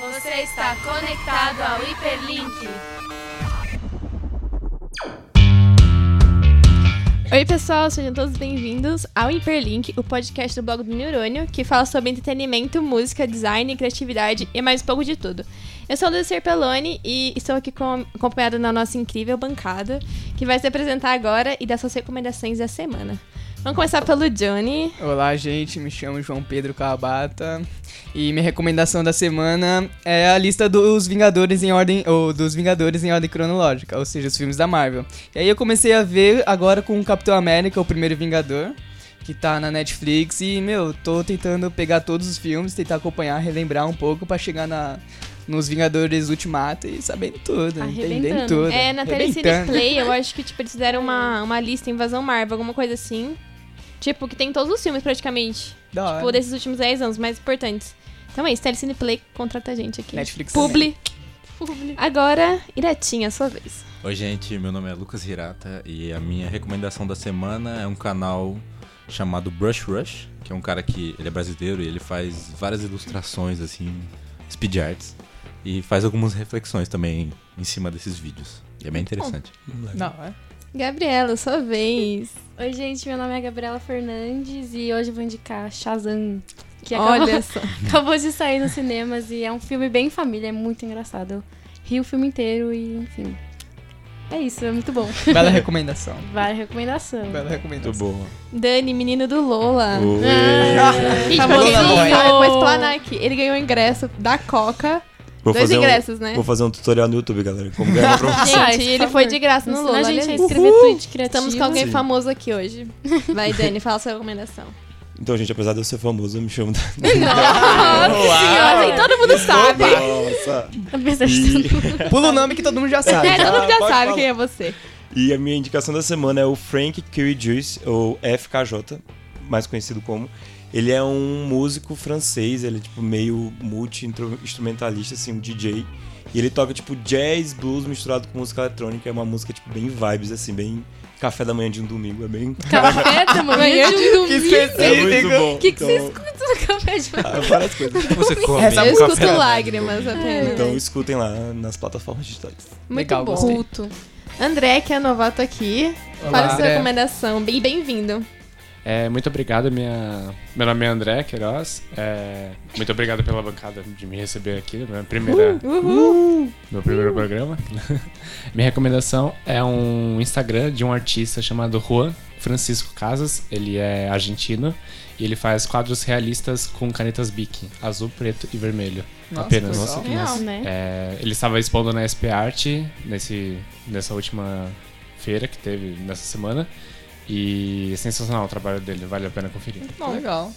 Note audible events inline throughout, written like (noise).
Você está conectado ao Hiperlink. Oi, pessoal, sejam todos bem-vindos ao Hiperlink, o podcast do blog do Neurônio, que fala sobre entretenimento, música, design, criatividade e mais um pouco de tudo. Eu sou a Luísa Serpelloni e estou aqui com- acompanhada na nossa incrível bancada, que vai se apresentar agora e dar suas recomendações da semana. Vamos começar pelo Johnny. Olá, gente. Me chamo João Pedro Cabata. E minha recomendação da semana é a lista dos Vingadores em ordem. Ou dos Vingadores em ordem cronológica, ou seja, os filmes da Marvel. E aí eu comecei a ver agora com o Capitão América, o primeiro Vingador, que tá na Netflix. E, meu, tô tentando pegar todos os filmes, tentar acompanhar, relembrar um pouco pra chegar na. Nos Vingadores Ultimato e sabendo tudo, Tá entendendo tudo. Tá É, na Telecine arrebentando. Play, eu acho que tipo, eles fizeram (laughs) uma, uma lista Invasão Marvel, alguma coisa assim. Tipo, que tem todos os filmes praticamente. Da hora. Tipo, desses últimos 10 anos, mais importantes. Então é isso, Telecine Play, contrata a gente aqui. Netflix Publi. Agora, Iratinha, sua vez. Oi, gente, meu nome é Lucas Hirata e a minha recomendação da semana é um canal chamado Brush Rush, que é um cara que ele é brasileiro e ele faz várias ilustrações assim, speed arts e faz algumas reflexões também em cima desses vídeos. E é bem interessante. Não, é. Gabriela, sua vez. Oi, gente, meu nome é Gabriela Fernandes e hoje eu vou indicar Shazam, que acabou, Olha só. acabou de (laughs) sair nos cinemas e é um filme bem família, é muito engraçado. Eu ri o filme inteiro e, enfim. É isso, é muito bom. Bela recomendação. Vale a recomendação. Bela recomendação. Ah! Muito bom. Dani, menino do Lola. Gente, Famosinho. pegou na Ah, eu Vou explanar aqui. Ele ganhou o ingresso da Coca. Vou Dois fazer um- ingressos, né? Vou fazer um tutorial no YouTube, galera. Como ganhar um- uma (laughs) promoção. Gente, Ah, isso, por ele favor. foi de graça no Ensina Lola. a olha gente a isso. escrever tweet criativo. Estamos com alguém Sim. famoso aqui hoje. Vai, Dani, fala sua recomendação. Então, gente, apesar de eu ser famoso, eu me (laughs) chamo. Nossa senhora, e todo mundo sabe. Nossa! Apesar de tudo. E, Pula o nome que todo mundo já sabe. É, todo mundo já Pode sabe falar. quem é você. e a minha indicação da semana é o Frank Curry Juice, ou FKJ, mais conhecido como. Ele é um músico francês, ele é tipo meio multi-instrumentalista, assim, um DJ. E ele toca tipo jazz, blues misturado com música eletrônica. É uma música tipo bem vibes, assim, bem café da manhã de um domingo. É bem. Café Ah, da manhã de um Que domingo. É específico. muito bom. O que, que você Então, escuta no café de manhã? ah, Várias coisas. Você come. Essa Eu Sabe o escuto café é da lágrimas apenas. É. Então escutem lá nas plataformas digitais. Muito Legal, bom. gostei. Culto. André, que é novato aqui, Olá, fala sua André. recomendação. Bem- Bem-vindo. É, muito obrigado, minha... meu nome é André Queiroz. É, muito obrigado pela bancada de me receber aqui, minha primeira, Uh, meu primeiro programa. (laughs) minha recomendação é um Instagram de um artista chamado Juan Francisco Casas. Ele é argentino e ele faz quadros realistas com canetas Bic, azul, preto e vermelho. Nossa, apenas. pessoal. Nossa, Legal. Né? é, ele estava expondo na SP Arte nesse, nessa última feira que teve nessa semana. E é sensacional o trabalho dele, vale a pena conferir. Bom, Legal.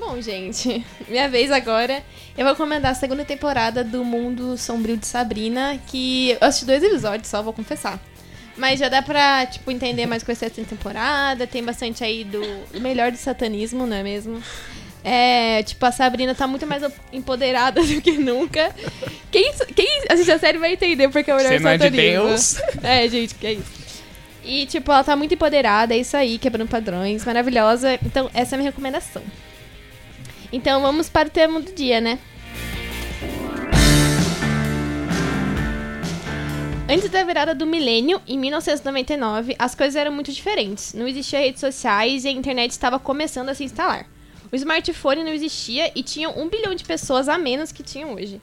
bom, gente, (laughs) minha vez agora. Eu vou recomendar a segunda temporada do Mundo Sombrio de Sabrina, que eu assisti dois episódios só, vou confessar. Mas já dá pra, tipo, entender mais coisas dessa temporada, tem bastante aí do do melhor do satanismo, não é mesmo? É, tipo, a Sabrina tá muito mais empoderada (laughs) do que nunca. Quem, quem assiste a série vai entender porque é o melhor Você não é de satanismo. Deus. (laughs) É, gente, que é isso. E, tipo, ela tá muito empoderada, é isso aí, quebrando padrões, maravilhosa. Então, essa é a minha recomendação. Então, vamos para o tema do dia, né? Antes da virada do milênio, em 1999, as coisas eram muito diferentes. Não existia redes sociais e a internet estava começando a se instalar. O smartphone não existia e tinham um bilhão de pessoas a menos que tinham hoje.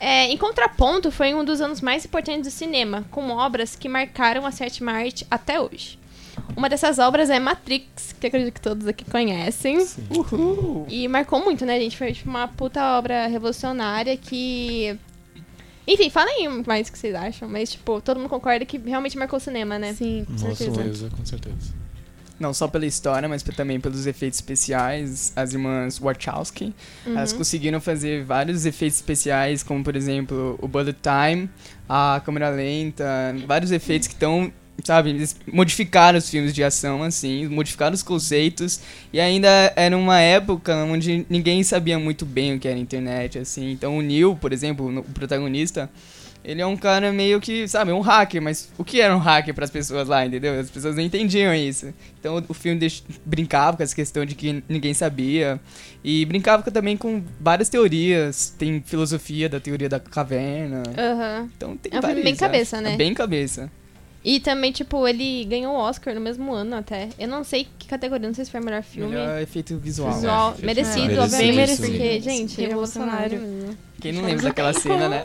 É, em contraponto, foi um dos anos mais importantes do cinema, com obras que marcaram a sétima arte até hoje. Uma dessas obras é Matrix, que eu acredito que todos aqui conhecem. Uhul. E marcou muito, né, gente? Foi tipo, uma puta obra revolucionária que. Enfim, falem mais o que vocês acham, mas, tipo, todo mundo concorda que realmente marcou o cinema, né? Sim, com certeza. Luísa, com certeza. Não só pela história, mas também pelos efeitos especiais. As irmãs Wachowski, Uhum. elas Uhum. conseguiram fazer vários efeitos especiais, como, por exemplo, o bullet time, a câmera lenta, vários efeitos que estão... Sabe, eles modificaram os filmes de ação, assim, modificaram os conceitos. E ainda era uma época onde ninguém sabia muito bem o que era internet, assim. Então o Neil, por exemplo, no- o protagonista, Ele é um cara meio que, sabe, um hacker, mas o que era um hacker pras pessoas lá, entendeu? As pessoas não entendiam isso. Então o- o filme deix- brincava com essa questão de que ninguém sabia. E brincava com- também com várias teorias. Tem filosofia da teoria da caverna. Aham. Então tem É um filme várias, bem sabe? cabeça, né? É bem cabeça. E também, tipo, ele ganhou o Oscar no mesmo ano até. Eu não sei que categoria, não sei se foi melhor filme. Melhor efeito visual. Visual, É, merecido, merecido, obviamente, merecido. porque, gente, é Revolucionário. revolucionário mesmo. Quem não lembra daquela cena, né?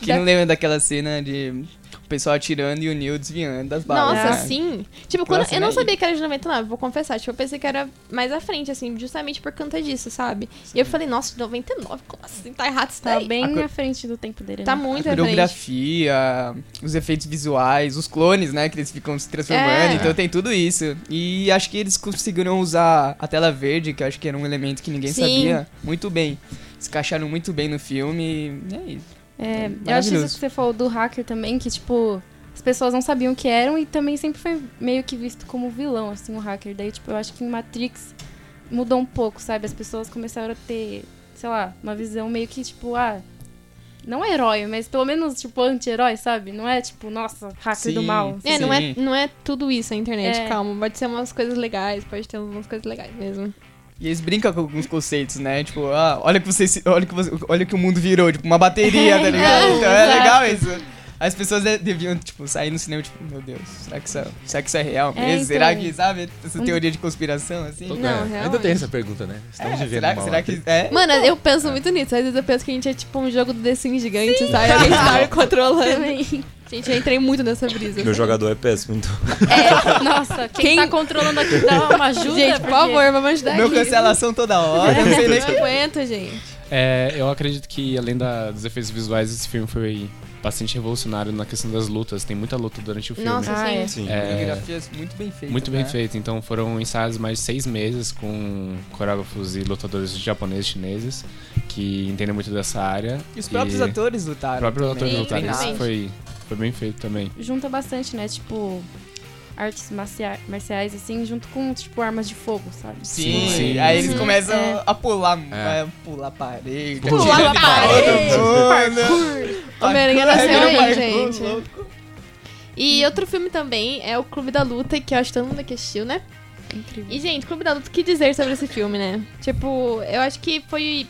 Quem não lembra daquela cena de o pessoal atirando e o Neil desviando das balas. Nossa, É. né? sim. Tipo, quando Nossa, eu não né? sabia que era de 99, vou confessar. Tipo, eu pensei que era mais à frente, assim, justamente por conta disso, sabe? E eu falei, nossa, de 99, como assim? Tá errado isso (laughs) Tá daí. bem A co- à frente do tempo dele. Tá né? A muito à frente. coreografia, os efeitos visuais, os clones, né? Que eles ficam se transformando. É. Então tem tudo isso. E acho que eles conseguiram usar a tela verde, que eu acho que era um elemento que ninguém Sim. sabia, muito bem. Se encaixaram muito bem no filme. E é isso. É, eu acho maravilhoso. isso que você falou do hacker também, que, tipo, as pessoas não sabiam o que eram e também sempre foi meio que visto como vilão, assim, o hacker. Daí, tipo, eu acho que em Matrix mudou um pouco, sabe? As pessoas começaram a ter, sei lá, uma visão meio que, tipo, ah, não é herói, mas pelo menos, tipo, anti-herói, sabe? Não é, tipo, nossa, hacker do Sim. mal. É não, é, Sim. não é tudo isso a internet, É. calma. Pode ser umas coisas legais, pode ter umas coisas legais mesmo. E eles brincam com alguns conceitos, né? Tipo, ah, olha que você, se- olha que você, olha que o mundo virou, tipo, uma bateria, tá ligado? Então é legal isso. As pessoas de- deviam, tipo, sair no cinema, tipo, meu Deus, será que isso é, será que isso é real É, mesmo? então. será que, sabe, essa teoria de conspiração, assim? Não, É, Ainda realmente. tem essa pergunta, né? Estamos vivendo será, uma será que, é? Mano, eu penso muito nisso. Às vezes eu penso que a gente é tipo um jogo do The Sims gigante, sabe? A gente (laughs) tá (laughs) controlando. (laughs) Gente, eu entrei muito nessa brisa. Meu jogador é péssimo, então. É, nossa, Quem- quem, tá controlando aqui dá uma ajuda. (laughs) gente, por porque- favor, vamos ajudar Meu aqui. cancelação toda hora, Eu não sei nem não aguento, gente. É, eu acredito que, além da- dos efeitos visuais, esse filme foi bastante revolucionário na questão das lutas. Tem muita luta durante o filme. Nossa, Ah, é. gente. Sim. (laughs) É, Fotografias muito bem feitas. Muito bem né? feito. Então foram ensaiados mais de seis meses com coreógrafos e lutadores japoneses e chineses que entendem muito dessa área. E os próprios atores Os lutaram. próprios também, né? atores Sim, lutaram. Isso treinaram. foi, foi bem feito também. junta bastante, né? Tipo, artes marcia- marciais, assim, junto com, tipo, armas de fogo, sabe? Sim, Sim, sim. aí eles Uhum. começam É. a pular, É. a pular parede, Pular atirar em parede, todo mundo. Homem-Aranha nasceu Era um aí, parkour gente. louco. E outro filme também é o Clube da Luta, que eu acho que todo mundo aqui assistiu, né? é Incrível. E, gente, Clube da Luta, o que dizer sobre esse filme, né? Tipo, eu acho que foi.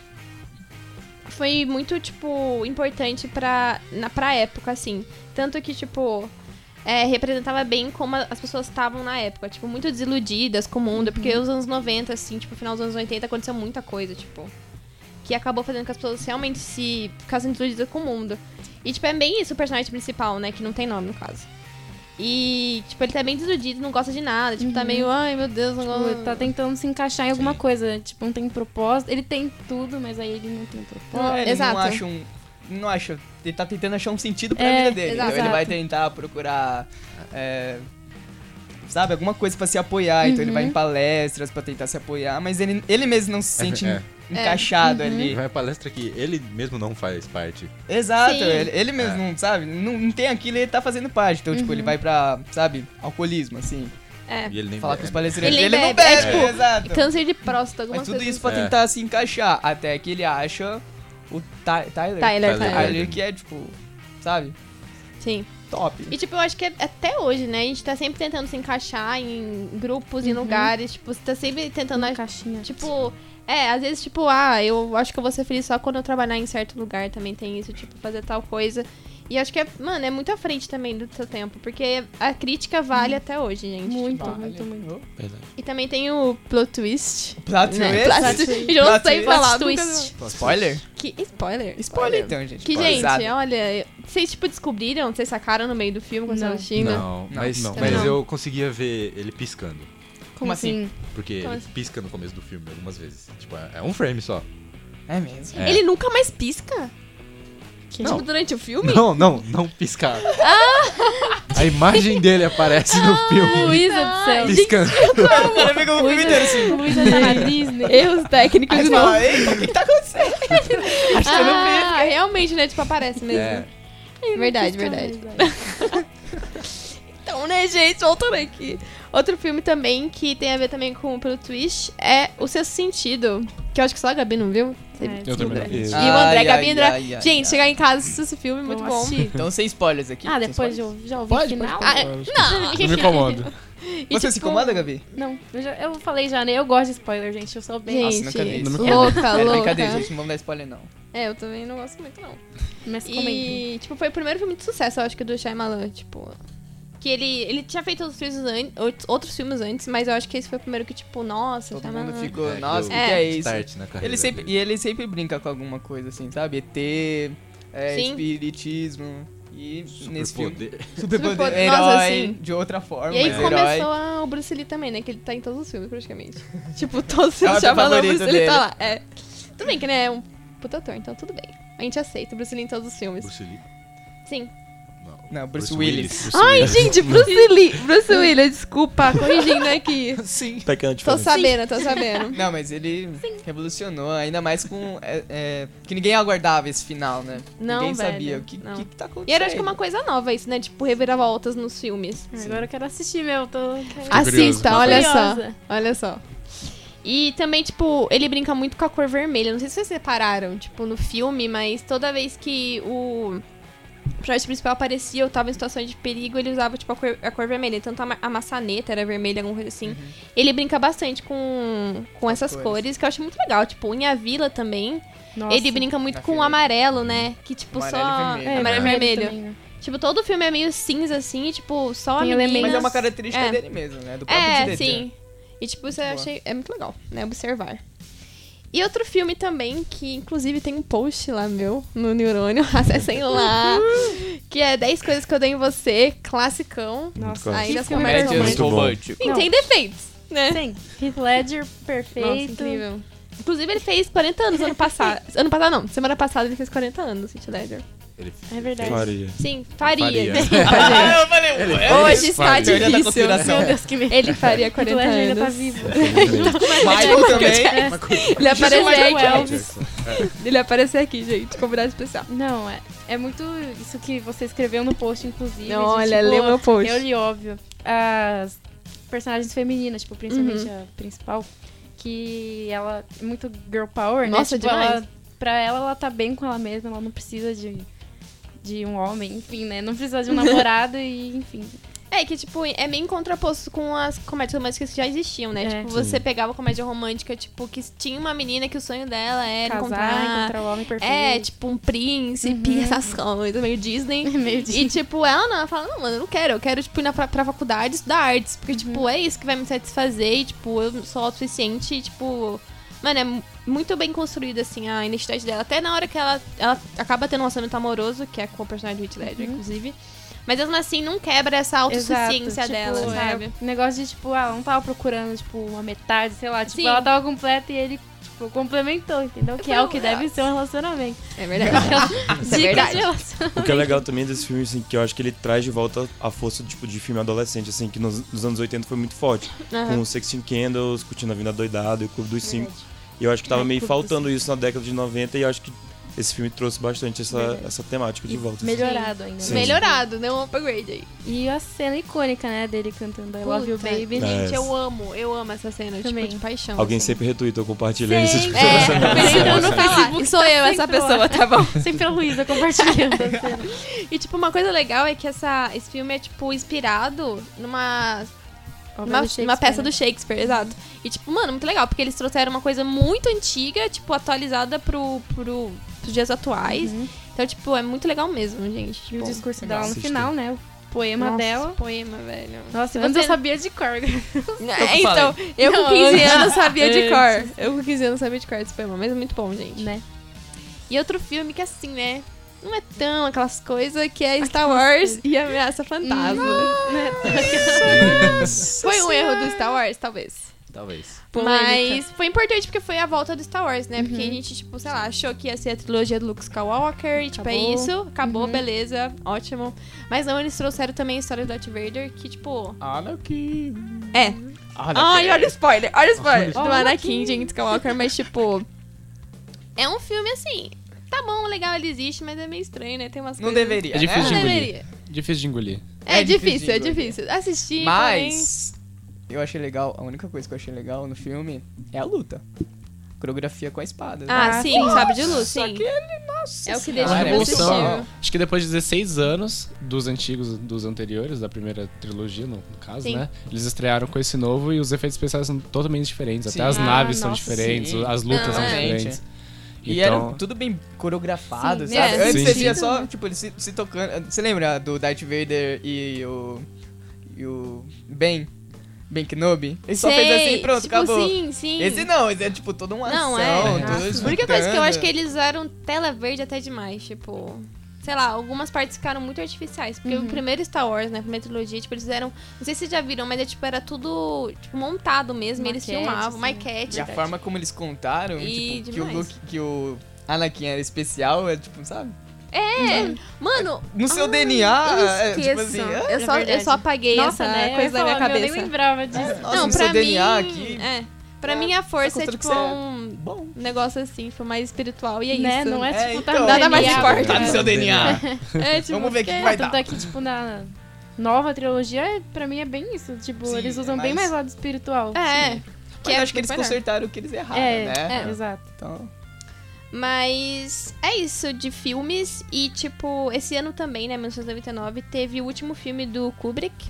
Foi muito, tipo, importante pra, na, pra época, assim. Tanto que, tipo. é, representava bem como a- as pessoas estavam na época, tipo, muito desiludidas com o mundo, porque os anos 90, assim, tipo, final dos anos 80 aconteceu muita coisa, tipo, que acabou fazendo que as pessoas realmente se ficassem desiludidas com o mundo. E, tipo, é bem isso o personagem principal, né, que não tem nome, no caso. E, tipo, ele tá bem desiludido, não gosta de nada, tipo, tá meio, ai, meu Deus, não Tipo, ele gosto. tá tentando se encaixar em alguma coisa. Tipo, não tem propósito. Ele tem tudo, mas aí ele não tem propósito. Não, É, ele exato. não acha um. Não acha. Ele tá tentando achar um sentido pra É, vida dele. exato. Então ele vai tentar procurar. é, sabe, alguma coisa pra se apoiar. Então ele vai Uhum. em palestras pra tentar se apoiar, mas ele, ele mesmo não se sente É. encaixado ali. Uhum. Vai a palestra que ele mesmo não faz parte. Exato, Sim. ele, ele É. mesmo, não, sabe? Não, não tem aquilo e ele tá fazendo parte. Então, Uhum. tipo, ele vai pra, sabe, alcoolismo, assim. É. E ele nem Falar vai. com os palestrantes. Ele Ele, nem não bebe, bebe, é, tipo, exato. Câncer de próstata, assim. algumas Mas tudo coisas isso pra É. tentar se encaixar. Até que ele acha o Ty- Tyler. Tyler, Tyler. Tá, Tyler. Tyler, que é, tipo, sabe? Sim. Top. E, tipo, eu acho que é- até hoje, né? A gente tá sempre tentando se encaixar em grupos, em lugares. Tipo, você tá sempre tentando... Na ach- caixinha. Tipo... É, às vezes, tipo, ah, eu acho que eu vou ser feliz só quando eu trabalhar em certo lugar. Também tem isso, tipo, fazer tal coisa. E acho que, é, mano, é muito à frente também do seu tempo. Porque a crítica vale até hoje, gente. Tipo, muito, Vale. muito, muito. E também tem o plot twist. Plot né? twist? Plot twist. Eu não Plot sei twist? falar. Plot nunca- twist. Spoiler? Que spoiler. Spoiler então, gente. Que, gente, é um- Spoilerizado. olha, vocês, tipo, descobriram? Vocês sacaram no meio do filme quando Não. vocês assistindo? Não, mas, não. mas Não. eu conseguia ver ele piscando. Como assim? Porque Como ele assim? pisca no começo do filme algumas vezes. Tipo, é é um frame só. É mesmo. É. Ele nunca mais pisca? Que- Tipo, durante o filme? Não, não, não piscar. A imagem dele aparece no filme. Luísa do céu. Piscando. O cara pegou o (laughs) filme inteiro assim. (laughs) Luísa tá na Disney. Erros técnicos Aí de você novo. fala, eita, o que que tá acontecendo? Acho que eu não vi. Ah, realmente, né? Tipo, aparece mesmo. É, Verdade, verdade. Então, né, gente? Voltando aqui. Outro filme também que tem a ver também com o plot twist é O Sexto Sentido. Que que eu acho que só a Gabi não viu. É, Eu também não. E o Ai, André, Gabi ai, e André. ai, ai, gente, ai. chegar em casa assistir esse filme, muito Vamos bom. assistir. Então, sem spoilers aqui. Ah, sem depois um- spoilers. já, já ouvi Pode, o final? Ah, é- não. Não me incomodo. E, Você tipo, se incomoda, Gabi? Não, eu, já- eu falei já, né? Eu gosto de spoiler, gente. Eu sou bem. Nossa, nunca vi Gente, isso. louca, É louca. brincadeira, gente. Não vamos dar spoiler, não. É, eu também não gosto muito, não. Mas comentem. E, tipo, foi o primeiro filme de sucesso, eu acho, que do Shyamalan, tipo... Que ele, ele tinha feito outros filmes, an- outros- outros filmes antes, mas eu acho que esse foi o primeiro que, tipo, nossa, Todo Shyamalan. mundo ficou, É, nossa, o que, deu que é isso? Start na carreira Ele sempre, dele. e ele sempre brinca com alguma coisa assim, sabe? ET, é, Sim. espiritismo. E nesse filme. Superpoder. Superpoder. Superpoder, Herói nossa, sim. de outra forma. E aí mas herói. começou a, o Bruce Lee também, né? Que ele tá em todos os filmes, praticamente. (laughs) tipo, todos os É o filmes ator Shyamalan, o favorito Bruce Lee dele. tá lá. É. Tudo bem que, né, é um puta ator, então tudo bem. A gente aceita o Bruce Lee em todos os filmes. Bruce Lee? Sim. Não. Não, (laughs) Bruce, Willis. Bruce Ai, Willis. gente, Bruce Lee! Bruce Willis, desculpa, corrigindo (laughs) aqui. Sim. um Pequena Tô diferença. sabendo, tô sabendo. Não, mas ele revolucionou, ainda mais com. é, é, que ninguém aguardava esse final, né? Não, ninguém velho, sabia o que, não. que, que tá acontecendo. E era, acho que, uma coisa nova isso, né? Tipo, reviravoltas nos filmes. Ah, Agora eu quero assistir, meu. Tô... curioso. Assista, Tô olha curiosa. só. Olha só. E também, tipo, ele brinca muito com a cor vermelha. Não sei se vocês repararam, tipo, no filme, mas toda vez que o personagem principal aparecia ou tava em situação de perigo, ele usava, tipo, a cor, a cor vermelha. Então a, ma- a maçaneta era vermelha, alguma coisa assim. Ele brinca bastante com, com essas Uhum. cores. cores. que eu acho muito legal. Tipo, em A Vila também, Nossa. ele brinca muito Na com o fila. amarelo, né? Que, tipo, Amarelo e só... vermelho. É, amarelo e vermelho. também, né? Tipo, todo filme é meio cinza, assim, e, tipo, só a Tem menina... elementos- Mas é uma característica É. dele mesmo, né? Do próprio É, diretor. sim. E tipo, isso eu Boa. achei é muito legal, né? Observar. E outro filme também, que inclusive tem um post lá meu, no Neurônio, (laughs) acessem lá, (laughs) que é 10 coisas que eu dei em você, classicão. Nossa, claro. que Ainda filme é comédias performático. bom. Sim, (laughs) Não. tem defeitos, né? Sim, Heath Ledger, perfeito. Nossa, incrível. Inclusive ele fez 40 anos ano passado. (laughs) ano passado não, semana passada ele fez 40 anos, City Ledger. Ele É verdade. Faria. Sim, faria. (laughs) Faria. Desculpa, gente. Hoje (laughs) está faria. Teoria da difícil. conspiração. Meu Deus, que medo. Ele faria Heath 40 Ledger ainda tá anos. vivo. Então. é Michael também. (laughs) Ele apareceu Michael aqui. Elvis. Ele apareceu aqui, gente. Convidado especial. Não, é, é muito isso que você escreveu no post, inclusive. Não, olha, lê meu post. Eu li, óbvio. As personagens femininas, tipo, principalmente Uhum. a principal, que ela é muito girl power, Nossa, né? Tipo, ela- demais. pra ela, ela tá bem com ela mesma, ela não precisa de, de um homem, enfim, né? Não precisa (laughs) de um namorado e, enfim. É que, tipo, é bem contraposto com as comédias românticas que já existiam, né? É. tipo, você pegava comédia romântica, tipo, que tinha uma menina que o sonho dela era casar, encontrar... encontrar o homem perfeito. É, tipo, um príncipe, (laughs) essas coisas, meio Disney. Meio E, tipo, ela não, ela fala, não, mano, eu não quero. Eu quero, tipo, ir na, pra, pra faculdade estudar artes. Porque, tipo, é isso que vai me satisfazer. E, tipo, eu sou autossuficiente. E, tipo, mano, é mu- muito bem construída, assim, a identidade dela. Até na hora que ela, ela acaba tendo um relacionamento amoroso, que é com o personagem do Heath Ledger, inclusive. Mas, mesmo assim, não quebra essa autossuficiência Exato, dela, tipo, é, sabe? o negócio de, tipo, ah, ela não tava procurando, tipo, uma metade, sei lá. Tipo, Sim. ela tava completa e ele, tipo, complementou, entendeu? Que é o que falei, deve ser um relacionamento. É (laughs) verdade. Isso é Dicas verdade. de relacionamento. O que é legal também desse filme, assim, que eu acho que ele traz de volta a força tipo, de filme adolescente, assim, que nos, nos anos 80 foi muito forte. Com Sixteen Candles, Curtindo a Vida Doidado e o Clube dos Cinco. E eu acho que tava É, meio Clube faltando isso na década de 90 e eu acho que esse filme trouxe bastante essa, Verdade. essa temática de volta. assim. Melhorado ainda. Sim. né? Melhorado, né? Um upgrade aí. E a cena icônica, né, dele cantando I Love You Puta, Baby. É. Gente, eu amo, eu amo essa cena, Também. tipo, de paixão. Alguém assim. sempre retuita ou compartilha isso. tipo, É, essa- eu não "Ah, Nossa. falar. Sou eu essa sempre pessoa, lá. tá (laughs) bom? Sempre a Luísa compartilhando a (laughs) cena. E, tipo, uma coisa legal é que essa, esse filme é, tipo, inspirado numa, numa, Obra do numa Shakespeare, peça né? do Shakespeare, exato. E, tipo, mano, muito legal, porque eles trouxeram uma coisa muito antiga, tipo, atualizada pro, pro, pros dias atuais. Uhum. Então, tipo, é muito legal mesmo, gente. E o Tipo, discurso dela no assiste. final, né? O poema nossa, dela. poema, velho. Nossa, Você- antes eu sabia de cor. né? É, então, eu com Não, 15 antes- anos sabia (laughs) de antes. cor. Eu com 15 anos sabia de cor desse poema, mas é muito bom, gente. (laughs) (laughs) né? E outro filme que, assim, né? Não é tão aquelas coisas que é Star Wars e Ameaça Fantasma. foi um erro do Star Wars, talvez. Talvez. Polêmica. Mas foi importante porque foi a volta do Star Wars, né? Porque a gente, tipo, sei lá, achou que ia ser a trilogia do Luke Skywalker. E, tipo, é Acabou. isso. Acabou, beleza. Ótimo. Mas não, eles trouxeram também a história do Darth Vader, que, tipo... É. Ai, olha o spoiler. Olha o spoiler. Do Anakin, gente, Skywalker. Mas, tipo... É um filme, assim... Tá bom, legal, ele existe, mas é meio estranho, né? Tem umas Não coisas... deveria, É Não difícil né? de engolir. deveria. Difícil de engolir. É, É difícil, difícil, né? é Igor. difícil. Assistir, porém- Mas eu achei legal, a única coisa que eu achei legal no filme é a luta. coreografia com a espada. Ah, Ah, sim, sim. sabe de luz, Só sim. que ele, nossa É o que senhora. deixa eu Cara, é ver emoção. assistir. Acho que depois de 16 anos dos antigos, dos anteriores, da primeira trilogia, no, no caso, Sim. né? Eles estrearam com esse novo e os efeitos especiais são totalmente diferentes. Sim. Até as Ah, naves são nossa, diferentes, sim. é. as lutas são é. Totalmente. diferentes. E Então, era tudo bem coreografado, Sim, sabe? é, Antes sim. você via Sim. só, tipo, eles se, se tocando. Você lembra do Darth Vader e o. e o. Ben? Ben Kenobi? Ele só fez Sei, assim e pronto, tipo, acabou. Sim, sim. Esse não, esse é tipo toda uma Não, ação. é. tudo A única coisa que eu escutando. acho que é eles usaram tela verde até demais, tipo. Sei lá, algumas partes ficaram muito artificiais. Porque o Uhum. primeiro Star Wars, né? A primeira trilogia, tipo, eles fizeram. Não sei se vocês já viram, mas é, tipo, era tudo tipo, montado mesmo. e eles Maquete, filmavam, assim. maquete. E a forma como eles contaram, E tipo, que o demais. Luke, que o Anakin era especial, é tipo, sabe? É! Mano, No seu Ai, DNA, é, tipo esqueçam. assim, ah, eu É só, eu verdade. só apaguei Nossa, essa né? Eu ia coisa da minha falar, meu, cabeça. Eu nem lembrava disso. nossa, não, no seu pra mim. DNA aqui, É. Pra mim a força é constando que tipo você é um bom. negócio assim, tipo, mais espiritual. E é Né? isso. Não é, É, tipo, tá então. no Nada mais DNA, importa. tá Tá no seu DNA. É, tipo, Vamos ver porque- o que que vai Tanto dar. é que, tipo, na nova trilogia, é- pra mim é bem isso. Tipo, Sim, eles é usam bem mais- mais lado espiritual. É. Que é acho que eles melhor. consertaram o que eles erraram, É, né? é, exato. Então, Mas é isso de filmes. E, tipo, esse ano também, né, 1999, teve o último filme do Kubrick.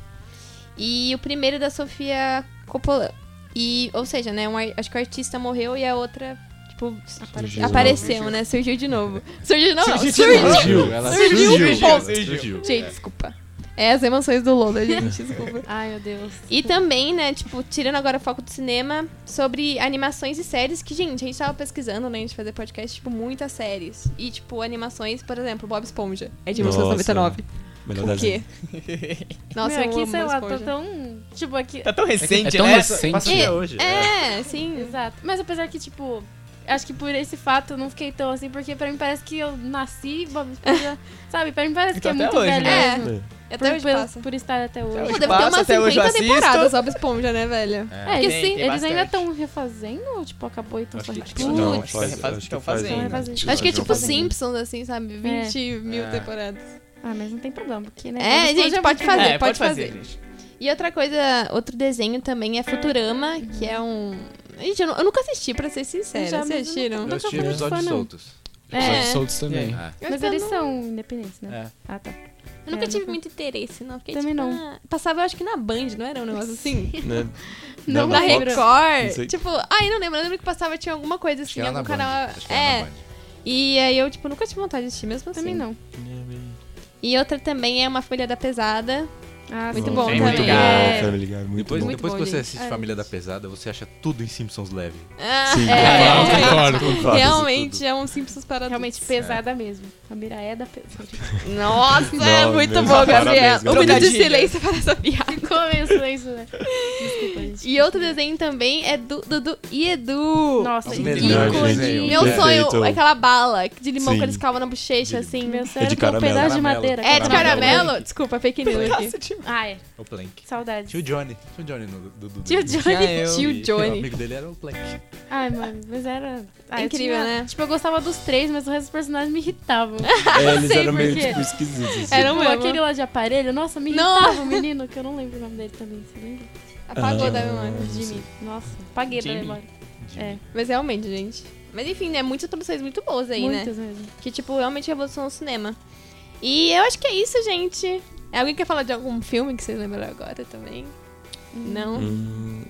E o primeiro da Sofia Coppola. E, ou seja, né, um ar- acho que o artista morreu e a outra, tipo, Surgiu. apareceu, né? Surgiu de novo. Surgiu de novo? não, Surgiu de Surgiu! novo. surgiu, ela Surgiu, surgiu. ponto. Surgiu. Gente, desculpa. É as emoções do Lola, gente, desculpa. Ai, meu Deus. E também, né, tipo, tirando agora o foco do cinema, sobre animações e séries, que, gente, a gente tava pesquisando, né, a gente fazer podcast, tipo, muitas séries. E, tipo, animações, por exemplo, Bob Esponja. É de Nossa. 1999. Melhor Por quê? (laughs) Nossa, meu, eu aqui, amo sei Bob lá, tá Esponja. tão. Tipo, aqui. tá tão recente, é tão né? recente. Passa É, até hoje. É, sim. Exato. Mas apesar que, tipo, acho que por esse fato eu não fiquei tão assim, porque pra mim parece que eu nasci, (laughs) Bob Esponja. sabe? Pra mim parece que Então é até muito hoje, velho. né? É, É. Por, até hoje pelo- passa. por estar até hoje. hoje Pô, deve ter passa, umas até hoje eu 50 assisto. temporadas Bob Esponja, né, velho? É, porque Tem, sim, tem eles ainda bastante. estão refazendo ou, tipo, acabou e estão só Acho que- repetindo? Não, Putz, acho que refaz- acho que tão faz um fazendo. então ainda. refazendo. Eles Acho que é vão tipo fazer. Simpsons, assim, sabe? 20 mil É. temporadas. Ah, mas não tem problema, porque, né? É, Bob gente, Esponja pode muito fazer, É, pode fazer. gente. E outra coisa, outro desenho também é Futurama, que é um. Gente, eu, nu- eu nunca assisti, pra ser sincera. Já, mas eu Vocês assistiram? Eu assisti Nunca fui episódios fã, não. soltos. Episódios É. soltos também. É. Eu Mas só eles nu- são independentes, né? Ah, tá. Eu nunca É, tive nunca- muito interesse, não. Fiquei, Também tipo, não. ah, Passava, eu acho que na Band, não era um negócio assim? (laughs) Né? Não, na não lembro. Não Record. sei. Tipo, ai, não lembro. Eu lembro que passava, tinha alguma coisa Acho assim, que era na algum Band. canal. Acho que era na É. Band. E aí eu, tipo, nunca tive vontade de assistir mesmo assim. Também não. E outra também é Uma Folha da Pesada. Ah, Muito sim. bom Family também. Guy. É. né? Family Guy, muito Depois, bom. Muito depois bom, que você gente. assiste Família da Pesada, você acha tudo em Simpsons leve. Ah, Sim, é. Concordo, concordo. Fato, Realmente isso é um Simpsons para (laughs) Realmente pesada mesmo. A mira é da (laughs) pesada. todos. Nossa, é Não, muito meu, bom, parabéns, Gabriel. Um minuto Gabriel. de Trocadilho. silêncio para essa piada. Começo é isso, né? Desculpa, gente. E outro desenho também é do Dudu e Edu. Nossa, Nossa, gente. melhor ícone. desenho. Meu Perfeito. sonho é aquela bala de limão Sim. que eles cavam na bochecha, assim. Meu É de cérebro é um caramelo. pedaço de Caramelo. madeira. É de caramelo? Desculpa, fake news aqui. Ah, é. O Plank. Saudades. Tio Johnny. Tio Johnny no, do, do Tio do- Johnny. eu- Tio E (laughs) O Johnny. amigo dele era o Plank. Ai, mano, mas era. Ah, eu Incrível, tinha- né? Então Tipo, eu gostava dos três, mas o resto dos personagens (laughs) me irritavam. É, eles Sei eram por meio, quê. tipo, esquisitos. assim. Era um Tipo, mesmo. aquele lá de aparelho, nossa, me Não. irritava o menino, que eu não lembro o nome dele também, você lembra? Apagou Ah. da memória. Jimmy. Nossa, paguei da Jimmy. memória. É, Mas realmente, gente. Mas enfim, né? Muitas produções muito boas aí, né? Muitos mesmo. Que, tipo, realmente revolucionou o cinema. E eu acho que é isso, gente. Alguém quer falar de algum filme que vocês lembraram agora também? Não? Hum,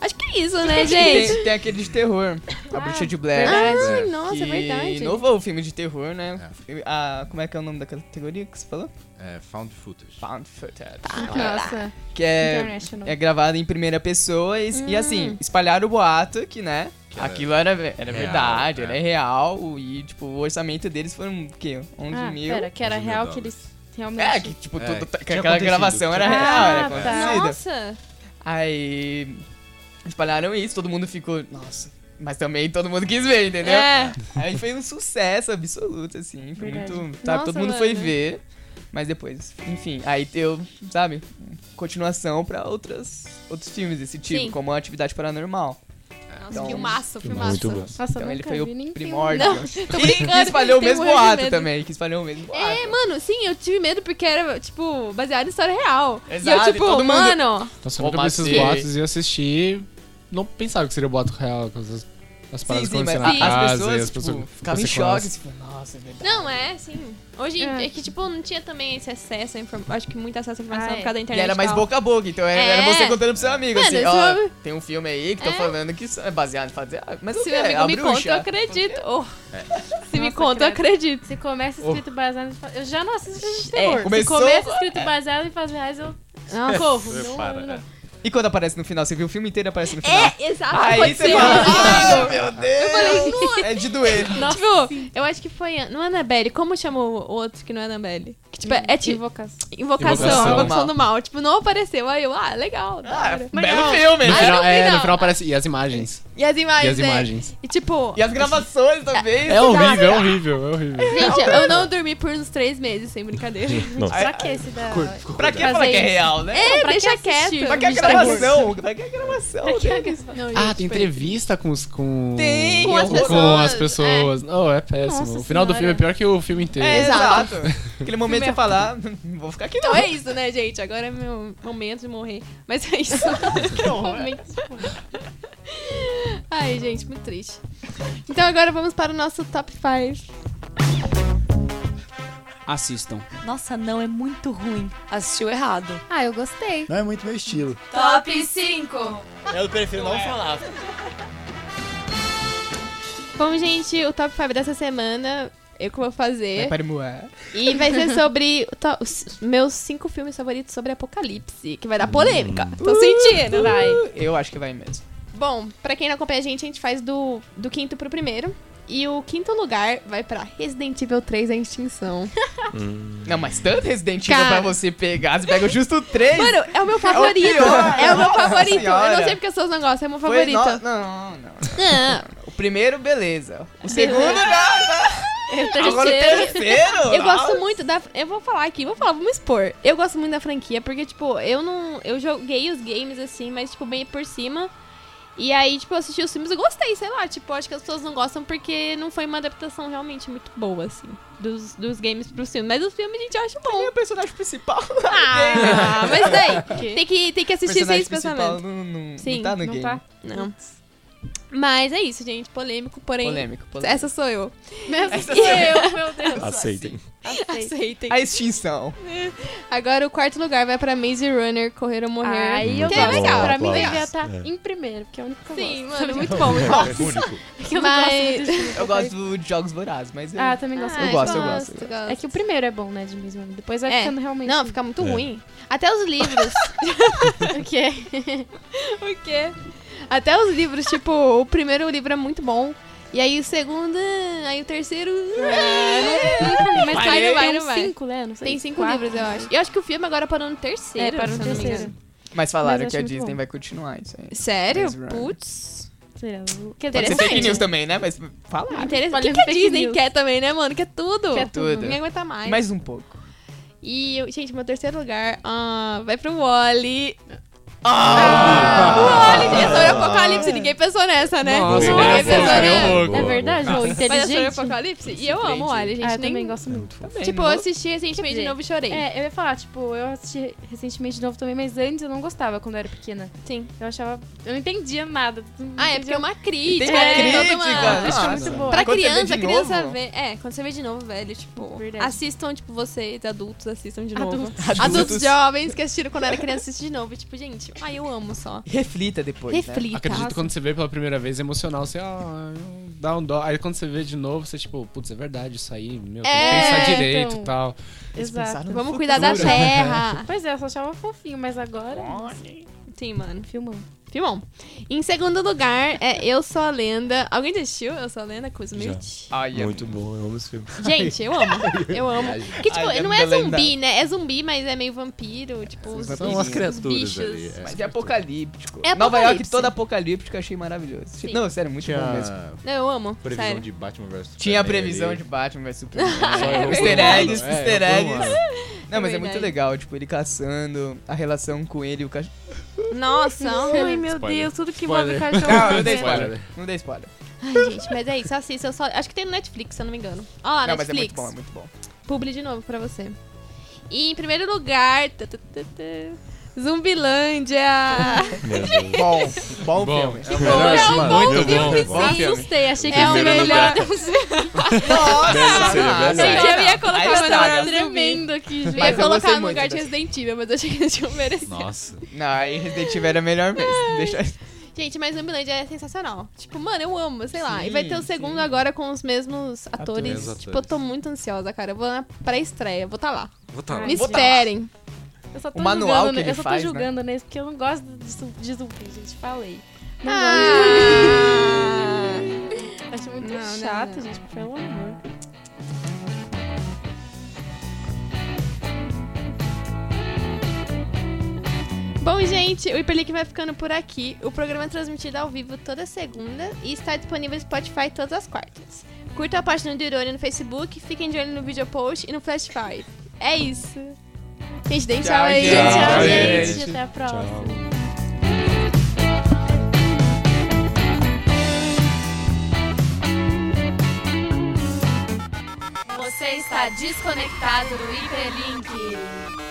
Acho que é isso, né, gente? (laughs) Tem, tem aquele de terror, A Bruxa de Blair. Ai, nossa, é que verdade. Inovou o filme de terror, né? Ah, como é que é o nome da categoria que você falou? É, found footage. Found Footage. Ah! Nossa, Que é, International. é gravado em primeira pessoa e, e assim, espalharam o boato que, né? Que era aquilo era, era verdade, é. era real. E, tipo, o orçamento deles foram o quê? 11 ah, mil. pera, que era 11 mil real dólares. que eles realmente... É, que tipo, É, tudo- que que tinha aquela acontecido, gravação era tinha real, era acontecido. acontecida. Ah, tá. Nossa! Aí espalharam isso, todo mundo ficou, nossa. Mas também todo mundo quis ver, entendeu? É. Aí foi um sucesso absoluto, assim. Foi Verdade. muito. Sabe, Nossa, todo mundo foi mano. ver. Mas depois, enfim, aí deu, sabe, continuação pra outras, outros filmes desse tipo, Sim. como a Atividade Paranormal. Nossa, Então, filmaço, filmaço. muito bom. Nossa, Então eu ele nunca foi vi o nem primórdio. Não, (laughs) E que espalhou o um mesmo boato também, que espalhou o mesmo boato. É, mano, sim, eu tive medo porque era, tipo, baseado em história real. e eu, Exato, e tipo, todo mundo- mano, Então, se Ô, eu nunca vi esses Macê. boatos e assisti, não pensava que seria boato real. que essas- As Sim, paradas sim, mas acontecendo a- na casa, as e pessoas, as pessoas tipo, ficavam em você choque. conhece. Tipo, Nossa, é verdade. Não, é, sim. Hoje É. é. que, tipo, não tinha também esse acesso à informação. Acho que muito acesso à informação Ah, é. por causa da internet. E era mais tal. boca a boca, então era, era É. você contando pro seu amigo, Mano, assim, esse ó, meu- tem um filme aí que tô É. falando que isso é baseado em fatos reais. Mas Se o meu quê? amigo a me bruxa. conta, eu acredito. Oh. Se me Nossa, conta, eu credo. acredito. Se começa Oh. escrito baseado em fa- Eu já não assisto filme de É, terror. começou- é. Se começa escrito baseado em fatos reais, eu Nossa. corro. Você Não, para, não, né? E quando aparece no final, você viu o filme inteiro e aparece no final. É, exato. Aí pode você ser. fala, ah, meu Deus, é de doer. Tipo, eu acho que foi. an- Não é Annabelle. Como chama o outro que não é Annabelle? Que, tipo, é, é tipo. Invocação. Invocação, Invocação. invocação, do mal. Tipo, não apareceu. Aí eu, ah, legal. da Ah, hora. belo filme. Ah, Aí No final, no é, no final. final aparece. E as imagens. E as imagens. E as né? imagens. E tipo. E as gravações também. É horrível, é horrível, é horrível. Gente, eu não dormi por uns três meses, sem (laughs) brincadeira. Nossa. Pra que esse da... Pra que falar que é isso. real, né? É, pra que deixa assistir? quieto. tá Pra que a Filme de terror. gravação? Pra que a gravação? Não, Ah, gente, tem foi- entrevista com os. Com... Tem, Com as Com as pessoas, pessoas. Não, é péssimo. Nossa o final do filme é senhora. pior que o filme inteiro. É, Exato. é exato. Aquele momento de você falar, "Não vou ficar aqui não. Então é isso, né, gente? Agora é meu momento de morrer. Mas é isso. tipo. Ai, gente, muito triste. Então agora vamos para o nosso top 5. Assistam. Nossa, não, é muito ruim. Assistiu errado. Ah, eu gostei. Né? Não é muito meu estilo. Top 5. Eu prefiro não falar. Bom, gente, o top 5 dessa semana eu que vou fazer. Para é. moer. E vai ser sobre o to- os meus cinco filmes favoritos sobre apocalipse, que vai dar polêmica. Tô sentindo, vai. Eu acho que vai mesmo. Bom, pra quem não acompanha a gente, a gente faz do, do quinto pro primeiro. E o quinto lugar vai pra Resident Evil 3 A Extinção. Não, mas tanto Resident Evil Cara. pra você pegar, você pega justo três. Mano, é o meu favorito. É o, pior. meu favorito. Senhora. Eu não sei porque as pessoas não gostam, é o meu Foi favorito. no- Não, não, não. Ah, O primeiro, beleza. O segundo, não. eu Agora o terceiro. (laughs) Eu nossa. gosto muito da. Eu vou falar aqui, vou falar, vamos expor. Eu gosto muito da franquia, porque, tipo, eu não. Eu joguei os games assim, mas, tipo, bem por cima. E aí, tipo, eu assisti os filmes e gostei, sei lá. Tipo, acho que as pessoas não gostam porque não foi uma adaptação realmente muito boa, assim. Dos, dos games pros filmes. Mas os filmes a gente acha Quem é bom. o personagem principal? (laughs) Ah, mas (laughs) daí, tem que, tem que O assistir sem personagem esse principal pensamento. não, não, Sim, não tá no não game. tá. Não. Mas é isso, gente. Polêmico, porém. Polêmico, polêmico. Essa sou eu. Mesmo que eu, meu Deus. Aceitem. assim. Aceitem. A extinção. Agora o quarto lugar vai pra Maze Runner, Correr ou Morrer. Aí eu que gosto. é gosto. legal. Tá Pra mim Aplausos. devia estar É. em primeiro, porque é o único que eu Sim, gosto. (laughs) mano, (laughs) muito bom, É É muito bom. Porque eu não gosto Mas- muito de filme. Eu gosto de jogos vorazes, mas eu... Ah, também gosto. Ah, muito. eu gosto, eu gosto, eu É que o primeiro é bom, né, de mesmo. Depois vai É. ficando realmente... Não, fica muito É. ruim. Até os (laughs) livros. O quê? (laughs) o quê? Até os livros, tipo, o primeiro livro é muito bom. E aí o segundo, aí o terceiro. É. Mas Vai, vai, não vai, vai, não vai. cinco, né? Não sei. Tem cinco Quatro. livros, eu acho. E eu acho que o filme agora parou no terceiro. É, para se o eu não me terceiro. engano. Mas falaram Mas eu que a acho muito Disney bom. vai continuar isso aí. Sério? Maze Runner. Putz. Será? Quer Pode ser Interessante. fake news também, né? Mas falaram. Interessante. O que, Ah, Olha, que a fake Disney news. quer também, né, mano? Quer tudo. Quer tudo. Ninguém aguenta mais. Mais um pouco. E, eu- gente, meu terceiro lugar ah, vai pro Wally. O Wally, diretor do Apocalipse. Ninguém pensou nessa, né? Nossa, ninguém é, pensou cara, nessa. eu louco. É verdade, ou Mas eu sou inteligente. do Apocalipse e eu amo o Wally, gente. Ah, eu nem... também gosto muito. Tipo, eu assisti recentemente de novo e chorei. É, eu ia falar, tipo, eu assisti recentemente de novo também, mas antes eu não gostava quando eu era pequena. Sim. Eu achava. Eu não entendia nada. Não Ah, é porque entendia é uma crítica. Tem uma é, crítica, toda uma- né? Acho que é Nossa. muito boa. Pra Quando você vê criança, de a criança novo- vê. É, quando você vê de novo, velho, tipo. Verdade. Assistam, tipo, vocês, adultos, assistam de novo. Adultos. Adultos, jovens que assistiram quando era criança, assistem de novo. E, tipo, gente, ai, eu amo só. Reflita depois, né? Reflita. assim. Acredito que quando você vê pela primeira vez, é emocional, você ah, dá um dó. Aí quando você vê de novo, você tipo, putz, é verdade isso aí, meu, tem que É, pensar direito e então. tal. Exato. Pensaram no Vamos futuro. cuidar da terra. Pois é, eu só achava fofinho, mas agora. Sim, mano. Filmão. Filmão. Em segundo lugar, é Eu Sou a Lenda. Alguém já assistiu Eu Sou a Lenda com o Smith? Ai, é Muito bom, eu amo esse filme. Gente, eu amo. Eu amo. Que, tipo, Ai, não é é lendário. zumbi, né? É zumbi, mas é meio vampiro. Tipo, os, São São umas umas os criaturas bichos. ali. é. Mas é apocalíptico. É Nova apocalipse. York toda apocalíptica, achei maravilhoso. Sim. Não, sério, muito bom mesmo. Tinha Não, eu amo. previsão sério. de Batman vs Tinha a Superman previsão ali. de Batman vs Superman. É Easter verdade. eggs, É, easter eu fui um eggs. Não, mas é muito verdade. legal, tipo, ele caçando, a relação com ele e o cachorro. Nossa, Ai, meu Spoiler. Deus, tudo que envolve Spoiler. cachorro. Ah, Não, não dei né? spoiler. Não dei spoiler. Ai, gente, mas é isso. Assista. Eu só... Acho que tem no Netflix, se eu não me engano. Ó lá, Não, mas é muito Ah, Netflix. bom, é muito bom. Publi de novo pra você. E em primeiro lugar. tã, tã, tã, tã, Zumbilândia. Meu (laughs) Deus. Bom, bom, Bom. filme. É o Melhor melhor. filme. Muito bom. Bom filme. Assustei, achei que É o ia ser melhor. melhor. Nossa! Seria melhor. Gente, Nossa. eu ia colocar Aí meu estraga. namorado Tremendo aqui, gente. Eu ia Mas eu colocar gostei no muito lugar de dessa. Resident Evil, mas eu achei que eles tinham (laughs) merecido. Nossa. Não, aí Resident Evil era melhor mesmo. Deixa... Gente, mas Zumbiland é sensacional. Tipo, mano, eu amo, sei lá. E Sim, vai ter o segundo sim. agora com os mesmos atores. Atores. Tipo, eu tô muito ansiosa, cara. Eu vou na pré-estreia, vou tá lá. Vou tá lá. Me vou tá lá. esperem. Eu só tô O manual julgando, que ele eu só faz, tô né? julgando nesse, porque eu não gosto de, zu- de zumbi, gente. Falei. tá Não (laughs) Ah. gosto. Acho muito Não, não, chato, não. gente. Pelo amor. Bom, gente, o Hiperlink vai ficando por aqui. O programa é transmitido ao vivo toda segunda e está disponível no Spotify todas as quartas. Curta a página do Irônia no Facebook, fiquem de olho no vídeo post e no Flash Five. É isso. Gente, deem tchau, Tchau, aí. gente. Tchau, Tchau, gente. gente. Até a próxima. Tchau. Você está desconectado do Hiperlink.